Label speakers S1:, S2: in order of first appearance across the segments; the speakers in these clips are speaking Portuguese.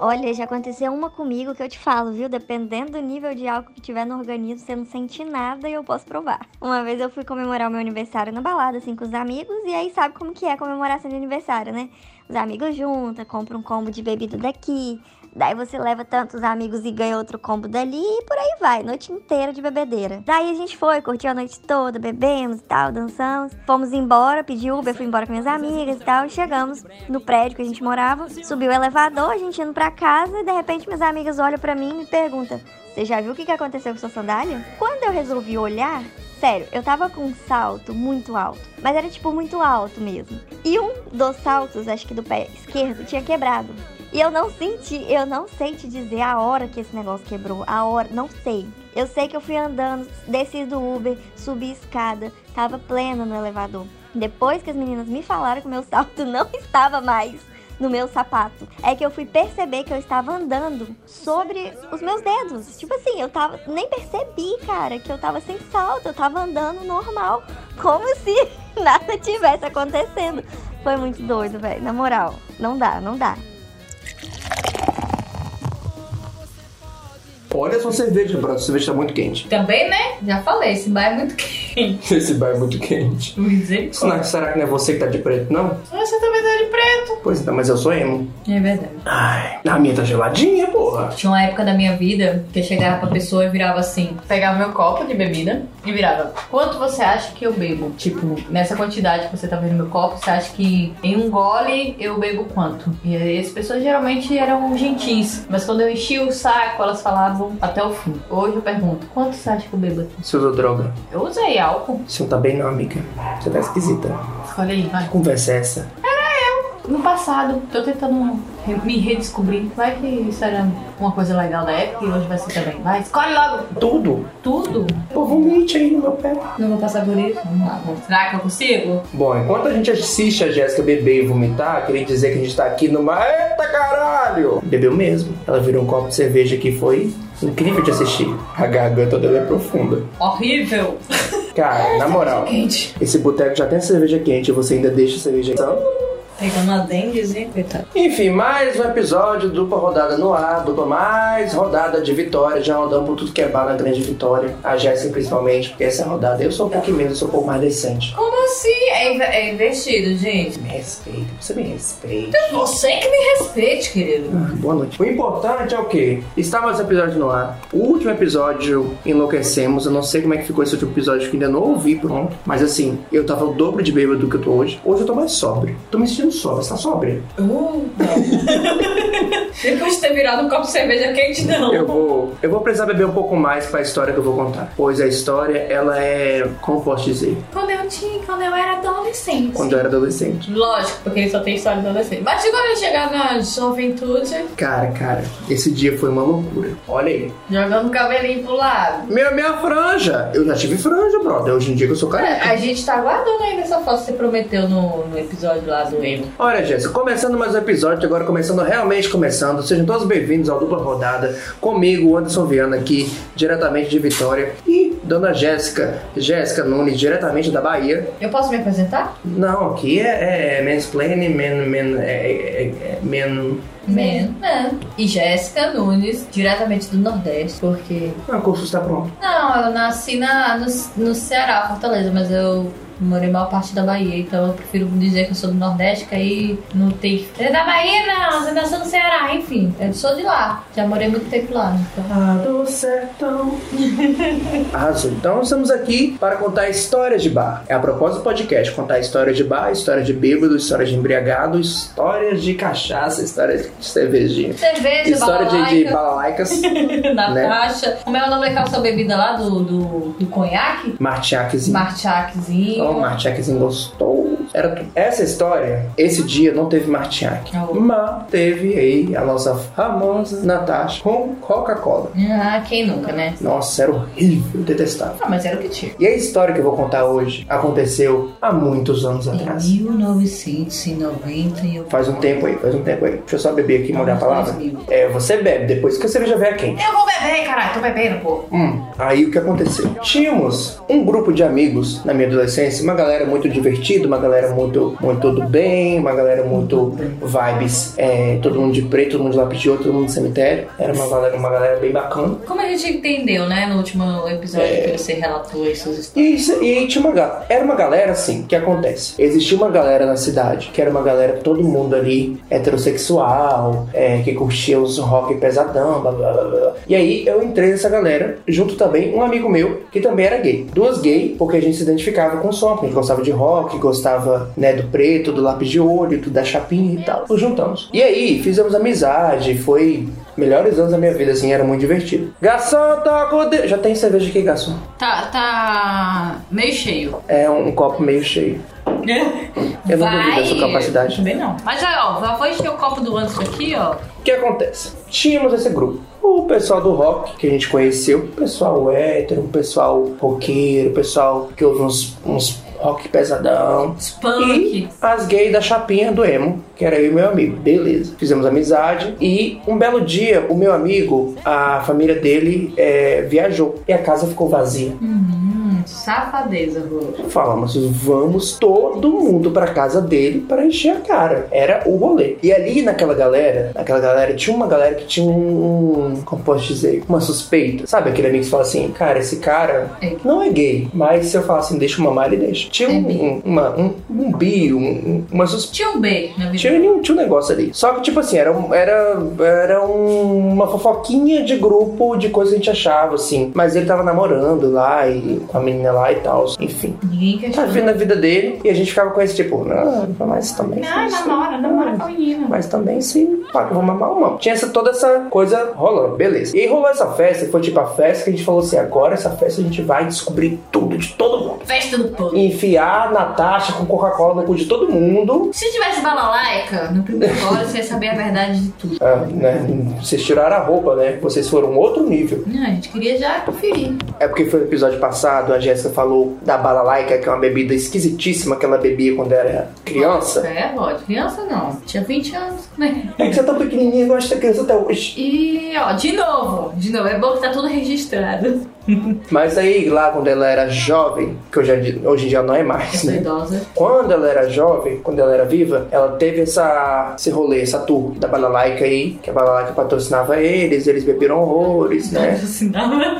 S1: Olha, já aconteceu uma comigo que eu te falo, viu? Dependendo do nível de álcool que tiver no organismo, você não sente nada e eu posso provar. Uma vez eu fui comemorar o meu aniversário na balada, assim, com os amigos, e aí sabe como que é a comemoração de aniversário, né? Os amigos juntam, compra um combo de bebida daqui, daí você leva tantos amigos e ganha outro combo dali e por aí vai, noite inteira de bebedeira. Daí a gente foi, curtiu a noite toda, bebemos e tal, dançamos, fomos embora, pedi Uber, fui embora com minhas amigas e tal, e chegamos no prédio que a gente morava, subiu o elevador, a gente indo pra casa e de repente minhas amigas olham pra mim e me perguntam: Você já viu o que que aconteceu com sua sandália? Quando eu resolvi olhar, sério, eu tava com um salto muito alto, mas era tipo muito alto mesmo. E um dos saltos, acho que do pé esquerdo, tinha quebrado. E eu não senti, eu não sei te dizer a hora que esse negócio quebrou, a hora, não sei. Eu sei que eu fui andando, desci do Uber, subi escada, tava plena no elevador. Depois que as meninas me falaram que o meu salto não estava mais no meu sapato. É que eu fui perceber que eu estava andando sobre os meus dedos. Tipo assim, eu tava. Nem percebi, cara, que eu tava sem salto, eu tava andando normal. Como se nada tivesse acontecendo. Foi muito doido, velho. Na moral, não dá, não dá.
S2: Olha só a cerveja, Brás. A cerveja tá muito quente.
S3: Também, né? Já falei, esse bar é muito quente.
S2: Esse bar é muito quente.
S3: Misericórdia.
S2: Será, será que não é você que tá de preto, não?
S3: Você também tá de preto.
S2: Pois então, mas eu sou emo.
S3: É verdade.
S2: Ai, a minha tá geladinha, porra.
S3: Tinha uma época da minha vida que eu chegava pra pessoa e virava assim: pegava meu copo de bebida e virava, quanto você acha que eu bebo? Tipo, nessa quantidade que você tá vendo meu copo, você acha que em um gole eu bebo quanto? E aí as pessoas geralmente eram gentis, mas quando eu enchia o saco, elas falavam até o fim. Hoje eu pergunto: quanto você acha que eu bebo? aqui?"
S2: Você usou droga.
S3: Eu usei álcool.
S2: Você não tá bem, não, amiga. Você tá esquisita.
S3: Olha aí, vai.
S2: Que conversa é essa?
S3: No passado, tô tentando re- me redescobrir. Vai que isso era uma coisa legal da época e hoje vai ser também. Vai, escolhe logo
S2: Tudo.
S3: tudo.
S2: Pô, vomite aí no meu pé.
S3: Não vou passar por isso. Vamos lá, vamos. Será que eu consigo?
S2: Bom, enquanto a gente assiste a Jéssica beber e vomitar, queria dizer que a gente tá aqui numa. Eita caralho! Bebeu mesmo. Ela virou um copo de cerveja que foi incrível de assistir. A garganta dela é profunda.
S3: Horrível.
S2: Cara, na moral,
S3: Quente.
S2: esse boteco já tem cerveja quente e você ainda deixa a cerveja. Então,
S3: Pegando a denguezinha, coitado.
S2: Enfim, mais um episódio, dupla rodada no ar, dupla mais rodada de vitória. Já rodamos por tudo que é bala na grande vitória. A Jéssica principalmente, porque essa rodada eu sou um pouquinho menos, eu sou um pouco mais decente.
S3: Como assim? É, inve- é investido, gente.
S2: Me respeita, você me respeita.
S3: Você que me respeite, querido.
S2: Ah, Boa noite. O importante é o quê? Está mais um episódio no ar. O último episódio enlouquecemos. Eu não sei como é que ficou esse último episódio que ainda não ouvi pronto. Mas assim, eu tava o dobro de bêbado do que eu tô hoje. Hoje eu tô mais sóbrio. Tô me sentindo sóbrio. Você tá sóbrio?
S3: Uh, não. Depois de ter virado um copo de cerveja quente, não.
S2: Eu vou, eu vou precisar beber um pouco mais pra história que eu vou contar. Pois a história, ela é, como posso dizer,
S3: Quando eu tinha, quando eu era adolescente.
S2: quando eu era adolescente.
S3: Lógico, porque ele só tem história de adolescente. Mas de quando eu chegar na juventude,
S2: Cara, cara, esse dia foi uma loucura. Olha aí.
S3: jogando o cabelinho pro lado.
S2: Minha, minha franja! Eu já tive franja, brother. Hoje em dia que eu sou careca.
S3: A gente tá guardando ainda essa foto que você prometeu no, no episódio lá do Emo.
S2: Olha, Jéssica, começando mais um episódio, agora começando, realmente começando. Sejam todos bem-vindos ao Dupla Rodada. Comigo, Anderson Viana aqui, diretamente de Vitória. E Dona Jéssica, Jéssica Nunes, diretamente da Bahia.
S3: Eu posso me apresentar?
S2: Não, aqui é, é mansplaining, men, men, é, é, é, men...
S3: Man. E Jéssica Nunes, diretamente do Nordeste, porque.
S2: Ah, o curso está pronto.
S3: Não, eu nasci na, no, no Ceará, Fortaleza, mas eu. Morei a maior parte da Bahia, então eu prefiro dizer que eu sou do Nordeste, que aí não tem. que- Você é da Bahia, não, você nasceu no Ceará, enfim, eu sou de lá. Já morei muito tempo lá, então.
S2: Ah, do sertão. Arrasou. Então estamos aqui para contar histórias de bar. É a proposta do podcast, contar histórias de bar, histórias de bêbado, histórias de embriagado, histórias de cachaça, histórias de cervejinha.
S3: Cerveja,
S2: História de, de
S3: balalaica,
S2: balalaicas,
S3: na
S2: né?
S3: faixa. Como é o nome daquela sua bebida lá do, do, do conhaque?
S2: martiaquezinho. Oh,
S3: Martiaquezinho.
S2: martiaquezinho gostoso. Era tudo. Essa história, esse dia não teve martiaque.
S3: Oh.
S2: Mas teve aí a nossa famosa Natasha com Coca-Cola.
S3: Ah, quem nunca, né?
S2: Nossa, era horrível, detestável.
S3: Ah, mas era o que tinha.
S2: E a história que eu vou contar hoje aconteceu há muitos anos atrás.
S3: 1990 e eu...
S2: Faz um tempo aí, faz um tempo aí. Deixa eu só beber aqui e mandar a palavra.
S3: 2000.
S2: É, você bebe depois que a cerveja vier quente.
S3: Eu vou beber, caralho. Tô bebendo, pô.
S2: Hum, aí o que aconteceu? Tínhamos um grupo de amigos na minha adolescência, uma galera muito divertida, uma galera galera muito, muito tudo bem, uma galera muito vibes, é, todo mundo de preto, todo mundo de lápis de ouro, todo mundo de cemitério. Era uma galera, uma galera bem bacana.
S3: Como a gente entendeu, né, no último episódio
S2: É.
S3: que você relatou aí suas histórias.
S2: E, isso- e tinha uma galera. Era uma galera assim, que acontece. Existia uma galera na cidade, que era uma galera, todo mundo ali heterossexual, é, que curtia os rock pesadão, blá blá blá blá. E aí eu entrei nessa galera, junto também um amigo meu, que também era gay. Duas gay, porque a gente se identificava com o som, porque a gente gostava de rock, gostava, né, do preto, do lápis de olho, do- da chapinha e tal. Nos juntamos. E aí fizemos amizade, foi. Melhores anos da minha vida, assim, era muito divertido. Garçom, toca o de... Já tem cerveja aqui, garçom.
S3: Tá, tá meio cheio.
S2: É um copo meio cheio. Eu não duvido da sua capacidade.
S3: Também não. Mas aí, ó, já vou encher o copo do Anderson aqui, ó.
S2: O que acontece? Tínhamos esse grupo. O pessoal do rock que a gente conheceu, o pessoal hétero, o pessoal roqueiro, o pessoal que ouve uns, uns rock pesadão.
S3: Spunk.
S2: E as gays da chapinha do emo, que era eu e meu amigo. Beleza. Fizemos amizade. E um belo dia, o meu amigo, a família dele é, viajou. E a casa ficou vazia.
S3: Hum, safadeza, Rô.
S2: Falamos, vamos todo mundo pra casa dele para encher a cara. Era o rolê. E ali naquela galera, naquela galera, tinha uma galera que tinha um. um- Como posso dizer? Uma suspeita. Sabe aquele amigo que fala assim, cara, esse cara
S3: É.
S2: não é gay. Mas se eu falar assim, deixa uma malha, ele deixa. Tinha
S3: É
S2: um,
S3: bi.
S2: um, uma, um, um bi, um- um- uma suspeita.
S3: Tinha um B na vida.
S2: Tinha um, tinha um negócio ali. Só que, tipo assim, era, um- era, era um- uma fofoquinha de grupo de coisa que a gente achava, assim. Mas ele tava namorando lá e com a menina lá e tal. Enfim.
S3: Ninguém
S2: Tá
S3: questionou.
S2: vivendo a vida dele e a gente ficava com esse tipo, não, mas também.
S3: Ah,
S2: se-
S3: namora, namora com a menina.
S2: Mas também se pá, que eu vou mamar uma mão. Tinha essa, toda essa coisa rolando, beleza. E aí rolou essa festa, e foi tipo a festa que a gente falou assim: agora essa festa a gente vai descobrir tudo de todo mundo.
S3: Festa do povo.
S2: E Enfiar Natasha com Coca-Cola no cu de todo mundo.
S3: Se tivesse balalaica, no primeiro gole você ia saber a verdade de tudo.
S2: Ah, né? Vocês tiraram a roupa, né? Vocês foram outro nível.
S3: Não, a gente queria já conferir.
S2: É porque foi no episódio passado, a Jéssica falou da balalaica, que é uma bebida esquisitíssima que ela bebia quando era criança.
S3: É, ó, de criança não. Tinha 20 anos, né?
S2: É que você tá pequenininha e gosta de criança até hoje.
S3: E, ó, de novo. De novo, é bom que tá tudo registrado.
S2: Mas aí, lá quando ela era jovem, que hoje, é- hoje em dia não é
S3: Eu
S2: mais,
S3: sou
S2: né?
S3: idosa.
S2: Quando ela era jovem, quando ela era viva, ela teve essa, esse rolê, essa tour da Balalaica aí, que a Balalaica patrocinava eles, eles beberam horrores, né?
S3: assim, Patrocinava.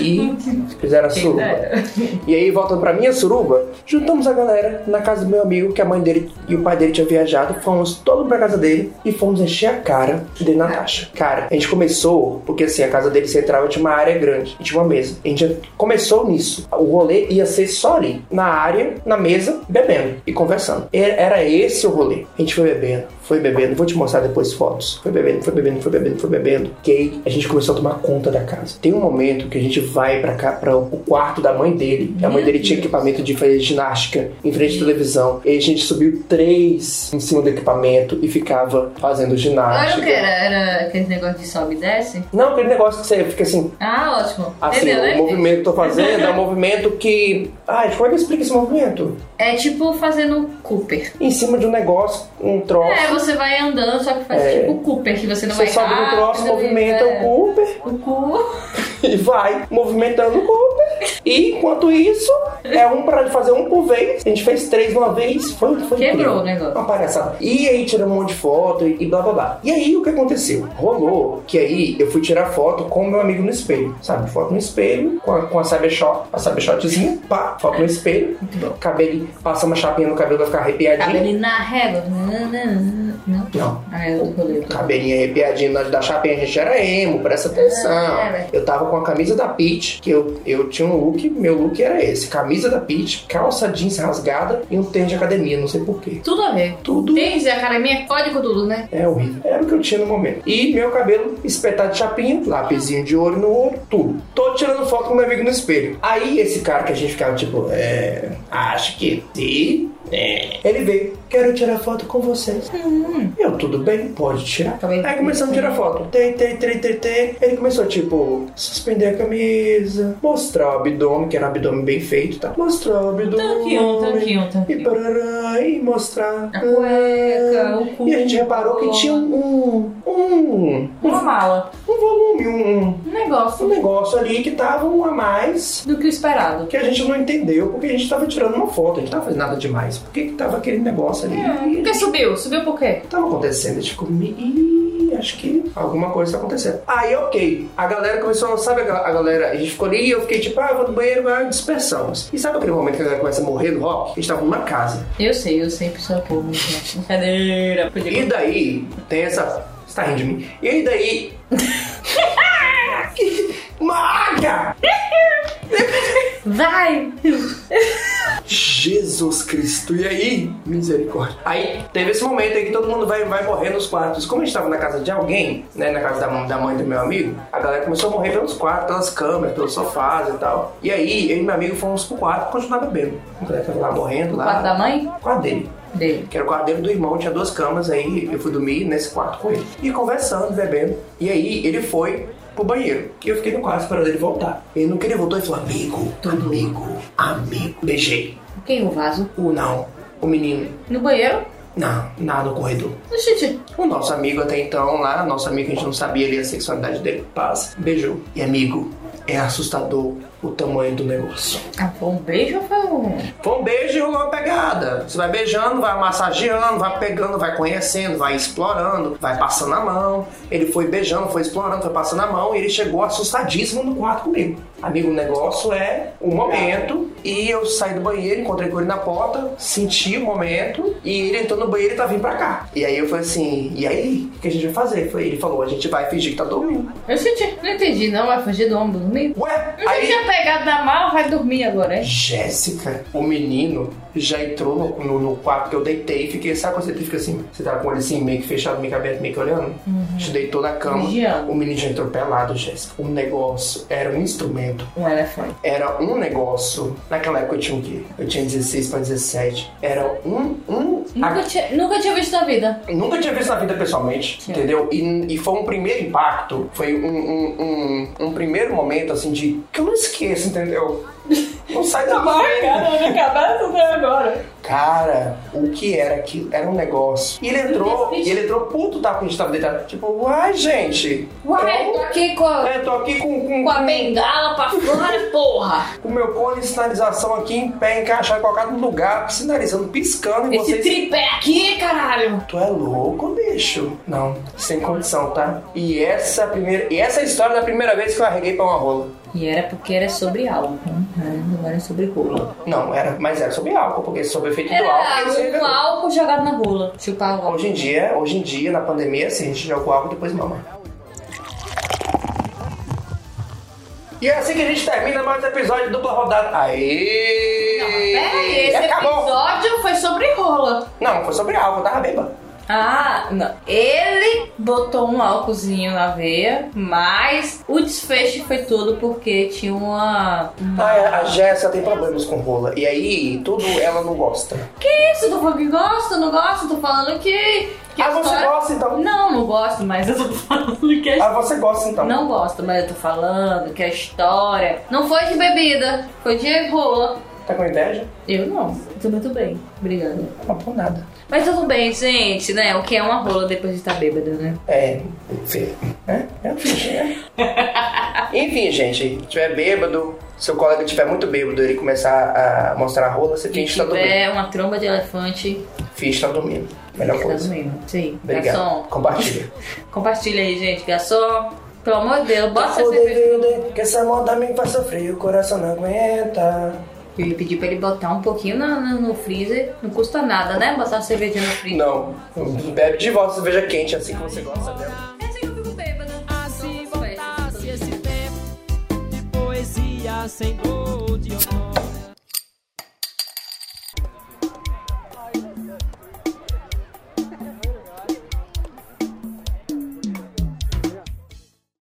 S2: E fizeram a
S3: Quem
S2: suruba.
S3: dera.
S2: E aí, voltando pra minha suruba, juntamos a galera na casa do meu amigo, que a mãe dele e o pai dele tinham viajado, fomos todo pra casa dele e fomos encher a cara de Natasha. Cara, a gente começou, porque assim, a casa dele você entrava, tinha uma área grande, e tinha uma mesa. A gente já começou nisso. O rolê ia ser só ali, na área, na mesa, bebendo e conversando. E- Era esse o rolê. A gente foi bebendo, foi bebendo, vou te mostrar depois fotos. Foi bebendo, foi bebendo, foi bebendo, foi bebendo. Que aí a gente começou a tomar conta da casa. Tem um momento que a gente vai pra cá, para o quarto da mãe dele. A mãe
S3: Meu
S2: dele tinha
S3: Deus.
S2: que equipamento de fazer ginástica em frente à televisão. E a gente subiu três em cima do equipamento e ficava fazendo
S3: Era o que?
S2: ginástica.
S3: Era, era aquele negócio de sobe e desce?
S2: Não, aquele negócio que você fica assim,
S3: Ah, ótimo.
S2: assim,
S3: Entendeu,
S2: o
S3: né?
S2: movimento que eu tô fazendo é um movimento que. Ai, como é que explica esse movimento?
S3: É tipo fazendo um Cooper.
S2: Em cima de um negócio, um troço.
S3: É, você vai andando, só que faz
S2: É.
S3: tipo Cooper, que você não
S2: Você
S3: vai
S2: sobe no troço,
S3: rápido,
S2: movimenta
S3: é.
S2: o Cooper
S3: O cu.
S2: e vai movimentando o Cooper. E enquanto isso, é um pra fazer um por vez. A gente fez três de uma vez, foi, foi
S3: Quebrou
S2: incrível.
S3: o negócio.
S2: Uma palhaçada. E aí tiramos um monte de foto e e blá blá blá. E aí o que aconteceu? Rolou que aí eu fui tirar foto com meu amigo no espelho, sabe? Foto no espelho, com a, com a Cybershot, a Cybershotzinha, pá, foto no espelho.
S3: Muito bom.
S2: Cabelo, passa uma chapinha no cabelo pra ficar arrepiadinho.
S3: Cabelo na régua. Não.
S2: Não.
S3: Ah, é do rolê.
S2: Cabelinho arrepiadinho na hora da chapinha, a gente era emo, presta atenção.
S3: Ah, é, velho.
S2: eu tava com a camisa da Peach, que eu, eu tinha um look, meu look era esse: camisa da Peach, calça jeans rasgada e um tênis de academia, não sei porquê.
S3: Tudo a ver.
S2: Tudo
S3: Desde a academia é código tudo, né?
S2: É horrível. Era o que eu tinha no momento. E meu cabelo espetado de chapinha, lapisinho de ouro no ouro, tudo. Tô tirando foto com meu amigo no espelho. Aí esse cara que a gente ficava tipo, é. Acho que sim. É. Ele veio, quero tirar foto com vocês. Eu, tudo bem, pode tirar.
S3: Tá bem.
S2: Aí começamos a tirar foto. Tem, tem, tem, tem, tem. Ele começou, tipo, suspender a camisa, mostrar o abdômen, que era um abdômen bem feito, tá? Mostrar o abdômen.
S3: Tanquinho, tanquinho,
S2: E
S3: tanquinho.
S2: parará, e mostrar.
S3: A cueca, o cu.
S2: E a gente reparou que tinha um. Um.
S3: Uma mala.
S2: Um, volume volume, um,
S3: Um
S2: um
S3: negócio
S2: negócio ali que tava um a mais
S3: do que o esperado.
S2: que a gente não entendeu porque a gente tava tirando uma foto, a gente tava fazendo nada demais. Por que, que tava aquele negócio ali? E
S3: Por que subiu? Subiu por quê?
S2: que tava acontecendo? A gente ficou, "Me- ih, acho que alguma coisa tá acontecendo. Aí, ok. A galera começou, sabe a, ga- a galera, a gente ficou ali, eu fiquei tipo, ah, vou no banheiro, ah, dispersamos. E sabe aquele momento que a galera começa a morrer do rock? A gente tava numa casa.
S3: Eu sei, eu sempre sou povo. Brincadeira.
S2: E
S3: Podia...
S2: daí, tem essa. Você tá rindo de mim? E daí. Que- Maga!
S3: Vai!
S2: Jesus Cristo, e aí? Misericórdia. Aí teve esse momento aí que todo mundo vai, vai morrer nos quartos. Como a gente tava na casa de alguém, né? Na casa da, da mãe do meu amigo, a galera começou a morrer pelos quartos, pelas câmeras, pelos sofás e tal. E aí, eu e meu amigo fomos pro quarto continuar bebendo. A galera tava lá morrendo
S3: O
S2: lá.
S3: quarto da mãe?
S2: Quarto dele.
S3: Dele.
S2: Que era o quarto dele do irmão, tinha duas camas, aí eu fui dormir nesse quarto com ele. E conversando, bebendo. E aí ele foi pro banheiro. E eu fiquei no quarto esperando ele voltar. Ele não queria voltar e falou: amigo, amigo, amigo. Beijei.
S3: Quem? O vaso?
S2: O não, o menino.
S3: No banheiro?
S2: Não, nada no corredor.
S3: Oxente.
S2: O nosso amigo até então lá, nosso amigo que a gente não sabia ali a sexualidade dele, paz, beijou. E amigo, é assustador o tamanho do negócio.
S3: Ah, foi um beijo ou foi um...
S2: Foi um beijo e rolou uma pegada. Você vai beijando, vai massageando, vai pegando, vai conhecendo, vai explorando, vai passando a mão. Ele foi beijando, foi explorando, foi passando a mão e ele chegou assustadíssimo no quarto comigo. Amigo, o negócio é o momento. E eu saí do banheiro, encontrei com ele na porta, senti o momento e ele entrou no banheiro e tá vindo pra cá. E aí eu falei assim: e aí? O que a gente vai fazer? Foi- Ele falou: a gente vai fingir que tá dormindo.
S3: Oxente. Não entendi, não. Vai fugir do ombro dormir?
S2: Ué?
S3: Não
S2: Aí.
S3: tinha pegado na mala, vai dormir agora, é?
S2: Jéssica, o menino já entrou no, no- no quarto que eu deitei e fiquei, sabe quando você fica assim? Você tá com ele assim, meio que fechado, meio que aberto, meio que olhando? A gente deitou na cama.
S3: Vigiando.
S2: O menino já entrou pelado, Jéssica. O negócio era um instrumento.
S3: Um elefante.
S2: Era um negócio. Naquela época eu tinha o quê? Eu tinha 16 pra 17. Era um. um
S3: Nunca, tinha, nunca tinha visto na vida.
S2: Nunca tinha visto na vida pessoalmente,
S3: Sim.
S2: entendeu? E, e foi um primeiro impacto, foi um, um, um, um primeiro momento assim de que eu não esqueço, entendeu? Não sai da minha
S3: na minha cabeça até agora.
S2: Cara, o que era aquilo? Era um negócio. E ele entrou, e ele entrou puto, tá? Quando a gente tava deitado. Tipo, uai, gente.
S3: Uai, tô aqui com
S2: Eu,
S3: a,
S2: é, tô aqui com, com,
S3: com a bengala pra fora, porra.
S2: com o meu cone de sinalização aqui em pé, encaixado, colocado no lugar, sinalizando, piscando e
S3: Esse
S2: vocês.
S3: tripé aqui, caralho.
S2: Tu é louco, bicho? Não, sem condição, tá? E essa é a primeira. E essa é a história da primeira vez que eu arreguei pra uma rola.
S3: E era porque era sobre álcool, né? Não era sobre cola.
S2: Não, era, mas era sobre álcool, porque sobre o efeito do álcool. é né? você
S3: Era um
S2: revelou.
S3: álcool jogado na rola. Chupar o álcool.
S2: Hoje em dia, hoje em dia, na pandemia, assim, a gente joga o álcool e depois mama. E é assim que a gente termina mais um episódio de dupla rodada. Aê!
S3: Não, pera aí, esse
S2: Acabou!
S3: episódio foi sobre rola.
S2: Não, foi sobre álcool, tava bêbado.
S3: Ah, não. Ele botou um álcoolzinho na veia, mas o desfecho foi todo porque tinha uma.
S2: Ah, é, a Jéssica tem problemas com rola. E aí, tudo ela não gosta.
S3: Que isso? Tu falando que gosta, não gosta? Tô falando que. que
S2: ah,
S3: a
S2: você
S3: história-
S2: gosta então?
S3: Não, não gosto, mas eu tô falando que a
S2: Ah, você gosta então?
S3: Não gosto, mas eu tô falando que a história não foi de bebida, foi de rola.
S2: Tá com inveja?
S3: Eu não. Tô muito bem. Obrigada.
S2: Não, por nada.
S3: Mas tudo bem, gente, né? O que é uma rola depois de estar bêbada, né?
S2: É, feio. É, é um feio, né? Enfim, gente, se tiver bêbado, seu colega estiver muito bêbado ele começar a mostrar a rola, você
S3: Se
S2: finge que tá dormindo.
S3: tiver uma tromba de elefante,
S2: Finge que tá dormindo. Melhor
S3: tá
S2: coisa.
S3: dormindo. Sim.
S2: Obrigado.
S3: Garçom,
S2: Compartilha.
S3: compartilha aí, gente. Garçom, pelo amor de Deus, bota
S2: Tá
S3: essa cerveja.
S2: Poder, que essa moda me faz sofrer, o coração não aguenta.
S3: Eu ia pedir pra ele botar um pouquinho na- na- no freezer. Não custa nada, né? Botar uma cervejinha no freezer.
S2: Não, bebe de volta cerveja quente, assim que você gosta dela.
S3: É assim que eu fico bêbada.
S4: se voltasse esse tempo de poesia sem gol de honor.